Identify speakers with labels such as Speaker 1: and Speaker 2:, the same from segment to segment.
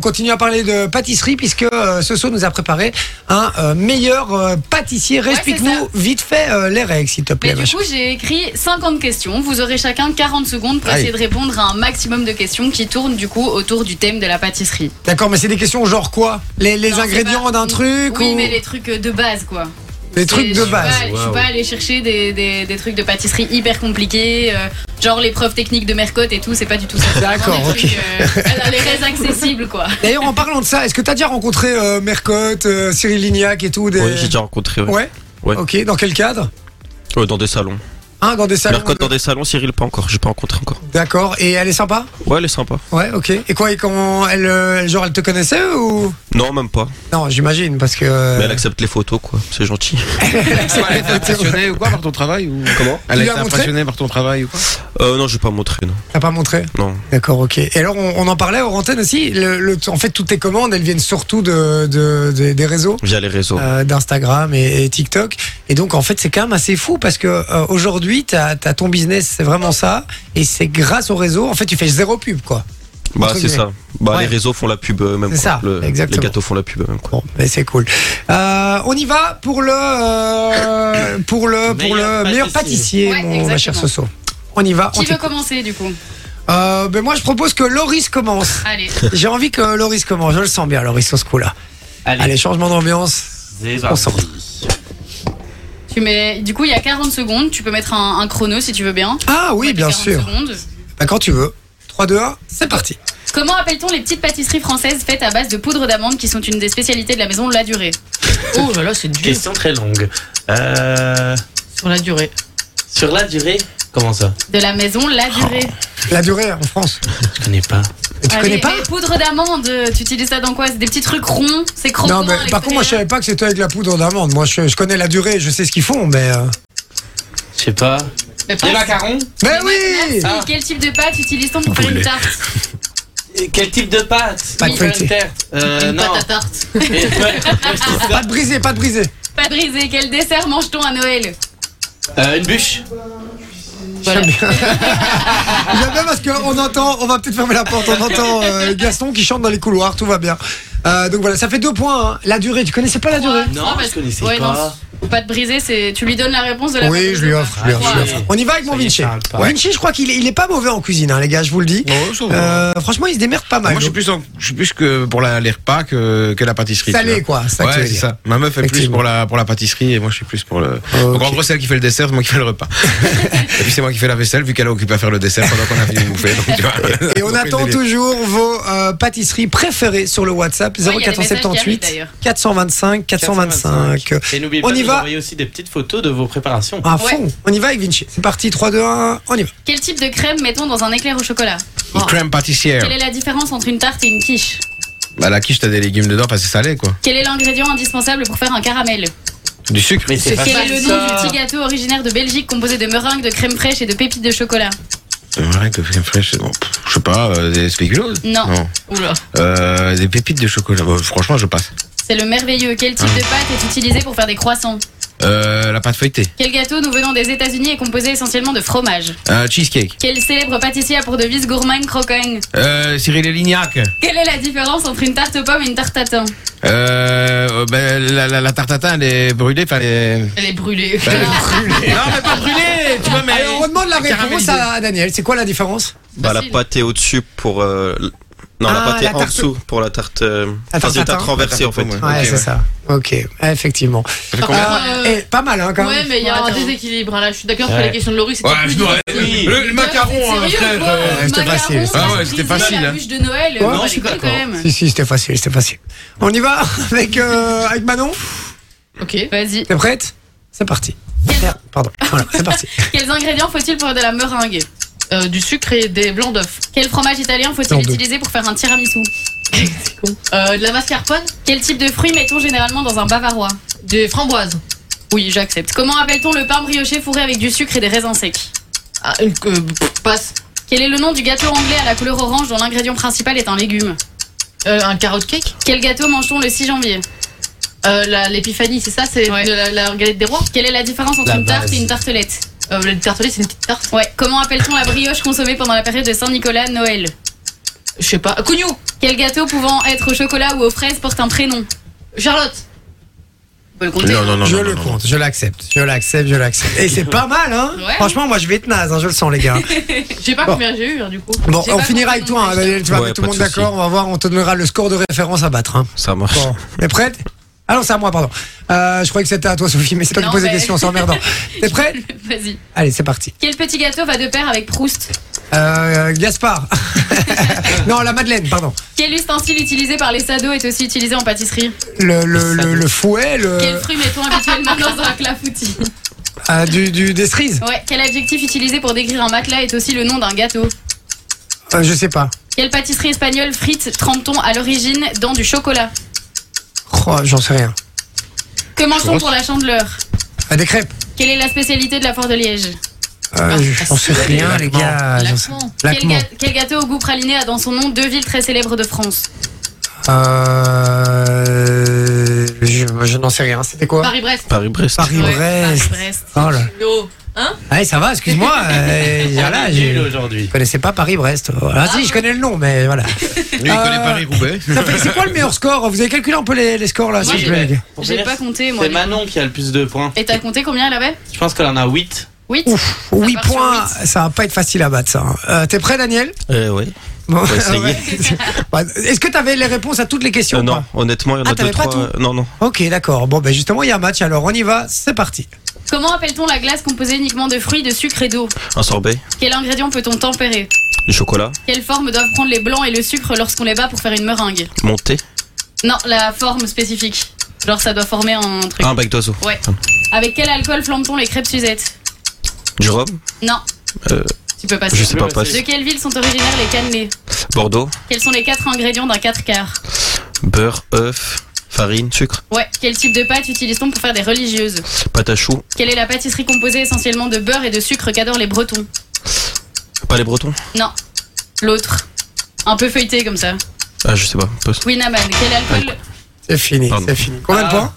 Speaker 1: continue à parler de pâtisserie puisque euh, Soso nous a préparé un euh, meilleur euh, pâtissier.
Speaker 2: c'est
Speaker 1: Explique-nous
Speaker 2: ça.
Speaker 1: vite fait euh, les règles, s'il te plaît.
Speaker 2: Mais du
Speaker 1: Vache.
Speaker 2: coup, j'ai écrit 50 questions. Vous aurez chacun 40 secondes pour
Speaker 1: Aïe.
Speaker 2: essayer de répondre à un maximum de questions qui tournent du coup autour du thème de la pâtisserie.
Speaker 1: D'accord, mais c'est des questions genre quoi Les, les
Speaker 2: Non, c'est
Speaker 1: ingrédients
Speaker 2: pas-
Speaker 1: d'un truc
Speaker 2: Oui,
Speaker 1: ou
Speaker 2: mais les trucs de base quoi.
Speaker 1: les trucs
Speaker 2: Et
Speaker 1: de
Speaker 2: je suis
Speaker 1: base
Speaker 2: pas- Je suis pas allée chercher des, des- des trucs de pâtisserie hyper compliqués, euh, genre les preuves techniques de Mercotte et tout, c'est pas du tout ça. C'est
Speaker 1: D'accord,
Speaker 2: vraiment des trucs, euh, les raies accessibles quoi.
Speaker 1: D'ailleurs, en parlant de ça, est-ce que t'as déjà rencontré euh, Mercotte, euh, Cyril Lignac et tout des...
Speaker 3: Oui, j'ai déjà rencontré ouais.
Speaker 1: Ouais
Speaker 3: Ouais.
Speaker 1: Ok, dans quel cadre
Speaker 3: Euh, dans des salons.
Speaker 1: Hein, dans des salons
Speaker 3: Mercotte dans des salons, Cyril pas encore, j'ai pas rencontré encore.
Speaker 1: D'accord, et elle est sympa
Speaker 3: Ouais, elle est sympa.
Speaker 1: Ouais, ok. Et quoi, et comment elle, euh, genre, elle te connaissait ou
Speaker 3: Non, même pas.
Speaker 1: Non, j'imagine, parce que. euh,
Speaker 3: Mais elle accepte les photos, quoi. C'est gentil.
Speaker 4: Elle a été impressionnée ou quoi par ton travail ou...
Speaker 3: Comment
Speaker 4: Elle
Speaker 1: Tu
Speaker 4: a
Speaker 1: lui as
Speaker 4: été
Speaker 1: montré
Speaker 4: impressionnée par ton travail ou quoi
Speaker 3: euh, Non, je vais pas montrer, non.
Speaker 1: T'as pas montré
Speaker 3: Non.
Speaker 1: D'accord, ok. Et alors, on, on en parlait aux antennes aussi. Le, le- en fait, toutes tes commandes, elles viennent surtout de, de- de- des réseaux.
Speaker 3: Via les réseaux.
Speaker 1: euh, d'Instagram et, et TikTok et donc en fait c'est quand même assez fou parce que euh, aujourd'hui t'as as ton business c'est vraiment ça et c'est grâce au réseau en fait tu fais zéro pub quoi
Speaker 3: bah,
Speaker 1: entre
Speaker 3: c'est ça. Bah,
Speaker 1: Ouais.
Speaker 3: les réseaux font la pub eux-mêmes.
Speaker 1: C'est
Speaker 3: quoi.
Speaker 1: ça,
Speaker 3: Le-
Speaker 1: exactement.
Speaker 3: Les gâteaux font la pub eux-mêmes, quoi.
Speaker 1: bon mais c'est cool Euh, on y va pour le euh, pour le pour le
Speaker 5: Meilleur
Speaker 1: meilleur pâtissier
Speaker 2: Ouais,
Speaker 1: mon ma chère
Speaker 2: exactement.
Speaker 1: Soso on y va on
Speaker 2: Qui veut
Speaker 1: t'écoute.
Speaker 2: commencer du coup
Speaker 1: Euh, ben moi je propose que Loris commence
Speaker 2: Allez.
Speaker 1: J'ai envie que Loris commence. Je le sens bien, Loris, sur ce coup-là. Allez, changement d'ambiance.
Speaker 5: c'est
Speaker 1: On sort.
Speaker 2: Tu mets, du coup, il y a 40 secondes. Tu peux mettre un, un chrono si tu veux bien.
Speaker 1: Ah oui,
Speaker 2: Ouais,
Speaker 1: bien
Speaker 2: 40
Speaker 1: sûr.
Speaker 2: secondes.
Speaker 1: Bah, quand tu veux. 3, 2, 1, c'est parti.
Speaker 2: Comment appelle-t-on les petites pâtisseries françaises faites à base de poudre d'amande qui sont une des spécialités de la maison La Durée
Speaker 6: Oh là là, c'est dur
Speaker 5: Question très longue. Euh,
Speaker 6: sur la durée.
Speaker 5: sur la durée, comment ça
Speaker 2: De la maison La Durée.
Speaker 1: La durée en France.
Speaker 5: Je connais pas.
Speaker 1: Mais Oh, tu
Speaker 2: Allez,
Speaker 1: connais pas
Speaker 2: mais poudre d'amande, tu utilises ça dans quoi C'est des petits trucs ronds C'est croquant
Speaker 1: Non, mais
Speaker 2: à
Speaker 1: par contre, moi je savais
Speaker 2: hein.
Speaker 1: pas que c'était avec la poudre d'amande. Moi je, je connais la durée, je sais ce qu'ils font, mais. euh,
Speaker 5: Je sais pas.
Speaker 6: Les
Speaker 5: macarons
Speaker 1: Mais
Speaker 2: l'extérieur.
Speaker 1: oui
Speaker 2: Merci. Quel type de pâte utilise-t-on pour faire une tarte
Speaker 5: Quel type de pâte
Speaker 1: Pâte feuilletée.
Speaker 5: terre. Euh,
Speaker 6: Une
Speaker 5: non.
Speaker 6: pâte à tarte.
Speaker 5: Mais- ouais, je dis
Speaker 1: Pas
Speaker 5: ça.
Speaker 1: de brisé, pas de brisé.
Speaker 2: Pas brisé, quel dessert mange-t-on à Noël
Speaker 5: Euh, une bûche.
Speaker 6: Voilà.
Speaker 1: J'aime bien parce qu'on entend, on va peut-être fermer la porte, on entend euh, Gaston qui chante dans les couloirs, tout va bien. Euh, donc voilà, ça fait deux points. hein. La durée, tu connaissais pas la durée
Speaker 2: Trois, trois,
Speaker 5: Non,
Speaker 2: Ah, parce-
Speaker 5: je connaissais
Speaker 2: ouais,
Speaker 5: pas.
Speaker 2: non. Pas de brisé, c'est tu lui donnes la réponse de la
Speaker 1: Oui, je lui offre. Je lui offre, je lui offre.
Speaker 5: Ouais.
Speaker 1: On y va avec mon
Speaker 5: Ça y est,
Speaker 1: Vinci.
Speaker 5: ça parle pas.
Speaker 1: Vinci, je crois qu'il est, il est pas mauvais en cuisine, hein, les gars, je vous le dis.
Speaker 4: Oh, ça va.
Speaker 1: Euh, franchement, il se démerde pas mal.
Speaker 4: Moi, je suis
Speaker 1: Donc,
Speaker 4: plus, en- je suis plus que pour la, les repas que, que la pâtisserie. tu
Speaker 1: Salé,
Speaker 4: vois.
Speaker 1: quoi. ça que tu veux
Speaker 4: Ouais, c'est
Speaker 1: dire.
Speaker 4: ça. Ma meuf est plus
Speaker 1: Effectivement.
Speaker 4: pour la, pour la pâtisserie et moi je suis plus pour le.
Speaker 1: Ok.
Speaker 4: Donc en gros, c'est elle qui fait le dessert, c'est moi qui fais le repas. et puis c'est moi qui fais la vaisselle vu qu'elle est occupée à faire le dessert pendant qu'on a fini de bouffer. donc, tu vois.
Speaker 1: Et on
Speaker 4: Donc,
Speaker 1: attend
Speaker 4: les-
Speaker 1: toujours vos euh, pâtisseries préférées sur le WhatsApp
Speaker 2: Ouais, il y a des messages qui arrivent,
Speaker 1: 0478
Speaker 2: d'ailleurs.
Speaker 1: 425 425.
Speaker 5: Et n'oubliez
Speaker 1: On
Speaker 5: pas
Speaker 1: y
Speaker 5: de nous
Speaker 1: va. Ah.
Speaker 5: envoyer aussi des petites photos de vos préparations.
Speaker 1: À fond, on y va avec Vinci. C'est parti, 3, 2, 1, on y va.
Speaker 2: Quel type de crème mettons dans un éclair au chocolat
Speaker 4: Une crème
Speaker 2: Quelle
Speaker 4: pâtissière.
Speaker 2: est la différence entre une tarte et une quiche
Speaker 4: Bah, la quiche, t'as des légumes dedans parce que c'est salé quoi.
Speaker 2: Quel est l'ingrédient indispensable pour faire un caramel
Speaker 4: Du sucre.
Speaker 5: Mais c'est pas
Speaker 2: Quel est le nom
Speaker 5: ça.
Speaker 2: du petit gâteau originaire de Belgique composé de meringues, de crème fraîche et de pépites de chocolat
Speaker 4: Euh, rien que crème fraîche, c'est bon. Pff, je sais pas, euh, des spéculoos
Speaker 2: Non.
Speaker 6: Oula.
Speaker 4: Euh, des pépites de chocolat. Bah, franchement, je passe.
Speaker 2: C'est le merveilleux. Quel type de pâte est utilisé pour faire des croissants
Speaker 4: Euh, la pâte feuilletée.
Speaker 2: Quel gâteau nous venant des États-Unis est composé essentiellement de fromage
Speaker 4: Euh, cheesecake.
Speaker 2: Quel célèbre pâtissier a pour devise gourmand croquant
Speaker 4: Euh, Cyril et Lignac.
Speaker 2: Quelle est la différence entre une tarte aux pommes et une tarte à thym
Speaker 4: Euh, euh, ben, la, la, la tarte à thym, elle est brûlée. Enfin, elle est...
Speaker 6: Elle est brûlée.
Speaker 4: ben, non, mais pas brûlée. Tu vois, mais.
Speaker 1: Allez, on redemande la réponse
Speaker 4: caramélisée.
Speaker 1: à à Daniel. C'est quoi la différence
Speaker 3: Bah, la
Speaker 2: facile.
Speaker 3: pâte est au-dessus pour. euh, l- Non,
Speaker 1: Ah,
Speaker 3: la pâte est
Speaker 1: la
Speaker 3: en
Speaker 1: tarte-
Speaker 3: dessous pour la tarte. euh,
Speaker 1: La
Speaker 3: enfin,
Speaker 1: tarte
Speaker 3: c'est une tarte
Speaker 1: tatin.
Speaker 3: renversée en fait.
Speaker 4: Ouais.
Speaker 1: Ouais,
Speaker 4: Ok,
Speaker 1: c'est
Speaker 4: ouais.
Speaker 1: ça. Ok, effectivement.
Speaker 4: fait combien
Speaker 1: Euh,
Speaker 6: Euh,
Speaker 1: eh, pas mal, hein, quand
Speaker 6: Ouais,
Speaker 1: même.
Speaker 6: mais il y a un
Speaker 2: Attends.
Speaker 6: déséquilibre hein, là. Je suis d'accord que
Speaker 5: Ouais.
Speaker 6: la question de Loris c'était
Speaker 4: Ouais,
Speaker 6: plus
Speaker 4: je dois.
Speaker 5: Oui.
Speaker 4: Le, le macaron, hein, frère. euh,
Speaker 1: ouais, c'était facile.
Speaker 4: Ah ouais, c'était facile,
Speaker 2: La
Speaker 4: hein.
Speaker 2: bûche de Noël,
Speaker 1: Ouais,
Speaker 2: on
Speaker 5: non,
Speaker 2: va
Speaker 5: je suis
Speaker 2: les goûter
Speaker 5: d'accord.
Speaker 2: quand même.
Speaker 1: Si, si, c'était facile, c'était facile. On y va avec, euh, avec Manon
Speaker 6: Ok.
Speaker 2: Vas-y.
Speaker 1: T'es prête C'est parti. Merde, Pardon, voilà, c'est parti.
Speaker 2: Quels ingrédients faut-il pour de la meringue
Speaker 6: Euh, du sucre et des blancs d'œufs.
Speaker 2: Quel fromage italien faut-il
Speaker 1: Non, deux.
Speaker 2: utiliser pour faire un tiramisu
Speaker 6: Euh, de la mascarpone,
Speaker 2: Quel type de fruits mettons généralement dans un bavarois
Speaker 6: des framboises.
Speaker 2: Oui, j'accepte. Comment appelle-t-on le pain brioché fourré avec du sucre et des raisins secs
Speaker 6: Ah, une- euh, pff, passe.
Speaker 2: Quel est le nom du gâteau anglais à la couleur orange dont l'ingrédient principal est un légume
Speaker 6: Euh, un carrot cake.
Speaker 2: Quel gâteau mange-t-on le 6 janvier
Speaker 6: Euh, la- L'épiphanie, c'est ça C'est
Speaker 2: Ouais.
Speaker 6: de la, la galette des rois
Speaker 2: Quelle est la différence entre
Speaker 5: La
Speaker 2: une tarte
Speaker 5: base.
Speaker 2: et une tartelette
Speaker 6: euh, La tartelette, c'est une petite tarte.
Speaker 2: Ouais. Comment appelle-t-on la brioche consommée pendant la période de Saint-Nicolas, Noël
Speaker 6: Je sais pas. Ah, Cognou
Speaker 2: Quel gâteau pouvant être au chocolat ou aux fraises porte un prénom
Speaker 6: Charlotte
Speaker 2: On peut le compter.
Speaker 4: Non, non, non.
Speaker 1: je
Speaker 4: non,
Speaker 1: le
Speaker 4: non,
Speaker 1: compte, je l'accepte, je l'accepte, je l'accepte. Et c'est pas mal, hein
Speaker 2: Ouais.
Speaker 1: Franchement, moi je vais être naze, hein, je le sens, les gars.
Speaker 6: Je sais pas
Speaker 1: Bon.
Speaker 6: combien j'ai eu, hein, du coup.
Speaker 1: Bon,
Speaker 2: J'ai
Speaker 1: on
Speaker 2: pas
Speaker 1: finira
Speaker 2: compris
Speaker 1: avec
Speaker 2: non
Speaker 1: toi, hein,
Speaker 2: plus.
Speaker 1: Valérie, tu vas
Speaker 3: Ouais,
Speaker 1: mettre tout le
Speaker 3: pas
Speaker 1: monde
Speaker 3: de souci.
Speaker 1: d'accord, on va voir, on te donnera le score de référence à battre. Hein.
Speaker 3: Ça marche.
Speaker 1: Bon, t'es prête Alors c'est à moi, pardon. Euh, je croyais que c'était à toi, Sophie, mais c'est toi qui
Speaker 2: Non,
Speaker 1: poses des
Speaker 2: mais-
Speaker 1: questions, c'est emmerdant. T'es prête
Speaker 2: Vas-y.
Speaker 1: Allez, c'est parti.
Speaker 2: Quel petit gâteau va de pair avec Proust
Speaker 1: Euh, Gaspard. non, la Madeleine, pardon.
Speaker 2: Quel ustensile utilisé par les sados est aussi utilisé en pâtisserie
Speaker 1: Le, le, le, le fouet, le,
Speaker 2: Quel fruit met-on habituellement dans un clafoutis
Speaker 1: euh, du, du, des cerises.
Speaker 2: Ouais, quel adjectif utilisé pour décrire un matelas est aussi le nom d'un gâteau
Speaker 1: Euh, je sais pas.
Speaker 2: Quelle pâtisserie espagnole frite trempe-t-on à l'origine dans du chocolat
Speaker 1: Oh, J'en sais rien.
Speaker 2: Que mange-t-on pour la chandeleur
Speaker 1: Euh, des crêpes.
Speaker 2: Quelle est la spécialité de la foire de Liège Ah,
Speaker 1: Euh, J'en sais
Speaker 6: facile.
Speaker 1: rien, les gars. J'en sais-
Speaker 6: Laquement.
Speaker 2: quel,
Speaker 1: Laquement.
Speaker 2: ga- quel gâteau au goût praliné a dans son nom deux villes très célèbres de France
Speaker 1: Euh, je je n'en sais rien. C'était quoi
Speaker 6: Paris-Brest.
Speaker 3: Paris-Brest.
Speaker 1: Paris-Brest.
Speaker 2: Brest.
Speaker 1: Oh là.
Speaker 6: Yo. Hein
Speaker 1: Ouais, ça va, excuse-moi. euh, voilà, je
Speaker 5: nul
Speaker 1: je
Speaker 5: aujourd'hui.
Speaker 1: connaissais pas Paris-Brest. Ah si, je connais le nom, mais voilà.
Speaker 4: non. Lui, il connaît
Speaker 1: Euh,
Speaker 4: Paris-Roubaix.
Speaker 1: Ça fait- C'est quoi le meilleur score Vous avez calculé un peu les, les scores là,
Speaker 2: Moi,
Speaker 1: s'il vous
Speaker 2: j'ai-
Speaker 1: plaît
Speaker 5: Pour
Speaker 2: J'ai
Speaker 5: finir,
Speaker 2: pas compté, moi.
Speaker 5: C'est Manon qui a le plus de points.
Speaker 2: Et t'as compté combien elle avait
Speaker 5: Je pense qu'elle en a 8.
Speaker 2: 8
Speaker 1: Ouf, 8
Speaker 2: part sur
Speaker 1: points, ça va pas être facile à battre ça. hein. Euh, T'es prêt, Daniel
Speaker 3: Euh, ouais.
Speaker 1: Bon,
Speaker 3: va essayer.
Speaker 1: ouais. Bah, Est-ce que t'avais les réponses à toutes les questions
Speaker 3: Euh,
Speaker 1: ou
Speaker 3: non,
Speaker 1: pas
Speaker 3: honnêtement, il y en
Speaker 1: Ah,
Speaker 3: a deux,
Speaker 1: t'avais pas
Speaker 3: trois. euh, Non, non.
Speaker 1: Ok, d'accord. Bon, ben justement, il y a un match, alors on y va, c'est parti.
Speaker 2: Comment appelle-t-on la glace composée uniquement de fruits, de sucre et d'eau
Speaker 3: Un sorbet,
Speaker 2: Quel ingrédient peut-on tempérer
Speaker 3: du chocolat,
Speaker 2: Quelle forme doivent prendre les blancs et le sucre lorsqu'on les bat pour faire une meringue
Speaker 3: mon thé,
Speaker 2: Non, la forme spécifique. Genre ça doit former un truc.
Speaker 3: un bec d'oiseau,
Speaker 2: Avec quel alcool flambe-t-on les crêpes Suzette
Speaker 3: du rhum,
Speaker 2: Non.
Speaker 3: Euh,
Speaker 2: tu peux passer.
Speaker 3: je sais pas,
Speaker 5: Oui,
Speaker 3: passe.
Speaker 2: De quelle ville sont originaires les cannelés
Speaker 3: Bordeaux,
Speaker 2: Quels sont les quatre ingrédients d'un 4 quarts
Speaker 3: beurre, œuf, farine, sucre,
Speaker 2: Ouais. Quel type de pâte utilise-t-on pour faire des religieuses
Speaker 3: pâte à choux,
Speaker 2: Quelle est la pâtisserie composée essentiellement de beurre et de sucre qu'adorent les Bretons
Speaker 3: pas les bretons.
Speaker 2: Non. L'autre. Un peu feuilleté comme ça.
Speaker 3: Ah, je sais pas. passe.
Speaker 2: Winaman. Quel alcool
Speaker 1: C'est fini,
Speaker 3: Pardon.
Speaker 1: c'est fini. Combien de
Speaker 5: Ah.
Speaker 1: points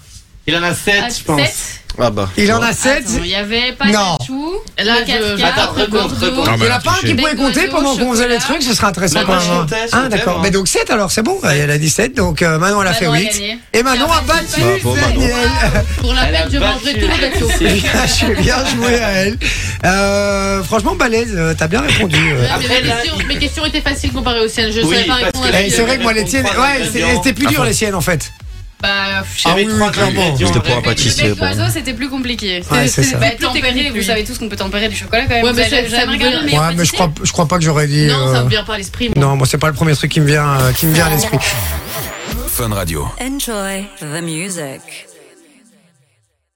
Speaker 5: Il en a
Speaker 2: Ah,
Speaker 5: 7, je pense.
Speaker 2: sept
Speaker 3: Ah bah.
Speaker 1: Il en a 7.
Speaker 2: Attends, Il y avait pas
Speaker 1: Non.
Speaker 2: Tachou,
Speaker 6: Là,
Speaker 2: le
Speaker 6: je-
Speaker 2: quatre
Speaker 6: Attends,
Speaker 2: quarts, le
Speaker 5: recompte,
Speaker 2: Bordeaux.
Speaker 5: recompte.
Speaker 4: Ah,
Speaker 1: Il y en a
Speaker 4: bah,
Speaker 1: pas un qui
Speaker 4: touché.
Speaker 1: pouvait
Speaker 2: Bec
Speaker 1: compter
Speaker 2: d'oiseau,
Speaker 1: pendant qu'on faisait les
Speaker 2: chocolat.
Speaker 1: trucs, ce sera intéressant
Speaker 5: ben, Bah,
Speaker 1: quand
Speaker 5: moi,
Speaker 1: même.
Speaker 5: je
Speaker 1: hein.
Speaker 5: comptais, je
Speaker 1: Ah,
Speaker 5: comptais,
Speaker 1: d'accord.
Speaker 5: moi.
Speaker 1: Mais donc 7 alors, c'est bon. Elle a dit 7, donc euh, Manon elle a fait
Speaker 2: Manon a
Speaker 1: 8.
Speaker 2: gagné.
Speaker 1: Et Manon a battu
Speaker 3: Bravo, Manon.
Speaker 1: Daniel. Eh
Speaker 6: Pour la
Speaker 5: Elle a
Speaker 6: peine, je mangerai
Speaker 5: battu
Speaker 6: tous
Speaker 5: la
Speaker 6: les gâteaux.
Speaker 5: Russie.
Speaker 1: Bien joué, bien joué à elle. Euh, franchement, balèze, euh, t'as bien répondu. euh.
Speaker 6: Ah, mais
Speaker 5: Après,
Speaker 6: mes,
Speaker 5: là-
Speaker 6: questions, mes questions étaient faciles comparées aux siennes. Je ne
Speaker 5: Oui,
Speaker 6: savais pas
Speaker 5: parce
Speaker 6: répondre à
Speaker 5: que-
Speaker 6: la
Speaker 1: Eh, c'est
Speaker 6: question.
Speaker 1: vrai que moi, les tiennes, ouais, c'est- c'était
Speaker 5: Ah,
Speaker 1: plus dur les siennes en fait.
Speaker 2: Bah, pff,
Speaker 1: Ah
Speaker 5: J'avais
Speaker 1: oui,
Speaker 5: trois
Speaker 1: oui, clairement.
Speaker 5: ingrédients.
Speaker 3: C'était pour un
Speaker 2: le bec-
Speaker 3: pâtissier,
Speaker 2: le bec
Speaker 3: bon.
Speaker 2: d'oiseau, c'était plus compliqué.
Speaker 1: Ouais, c'est ça.
Speaker 2: Bah,
Speaker 6: Plus technique,
Speaker 2: tempéré, vous
Speaker 6: oui.
Speaker 2: savez tous qu'on peut tempérer du chocolat quand même.
Speaker 6: Ouais,
Speaker 2: vous
Speaker 6: mais
Speaker 2: avez
Speaker 6: ça-
Speaker 2: jamais
Speaker 6: ça me
Speaker 2: regardé
Speaker 6: vient-
Speaker 2: le meilleur
Speaker 1: Ouais, mais je
Speaker 2: pâtissier
Speaker 1: crois, je crois pas que j'aurais dit.
Speaker 6: Non, ça
Speaker 1: euh,
Speaker 6: me vient pas à l'esprit. moi.
Speaker 1: Non, moi, c'est pas le premier truc qui me vient, euh, qui me vient à l'esprit.
Speaker 7: Enjoy the music.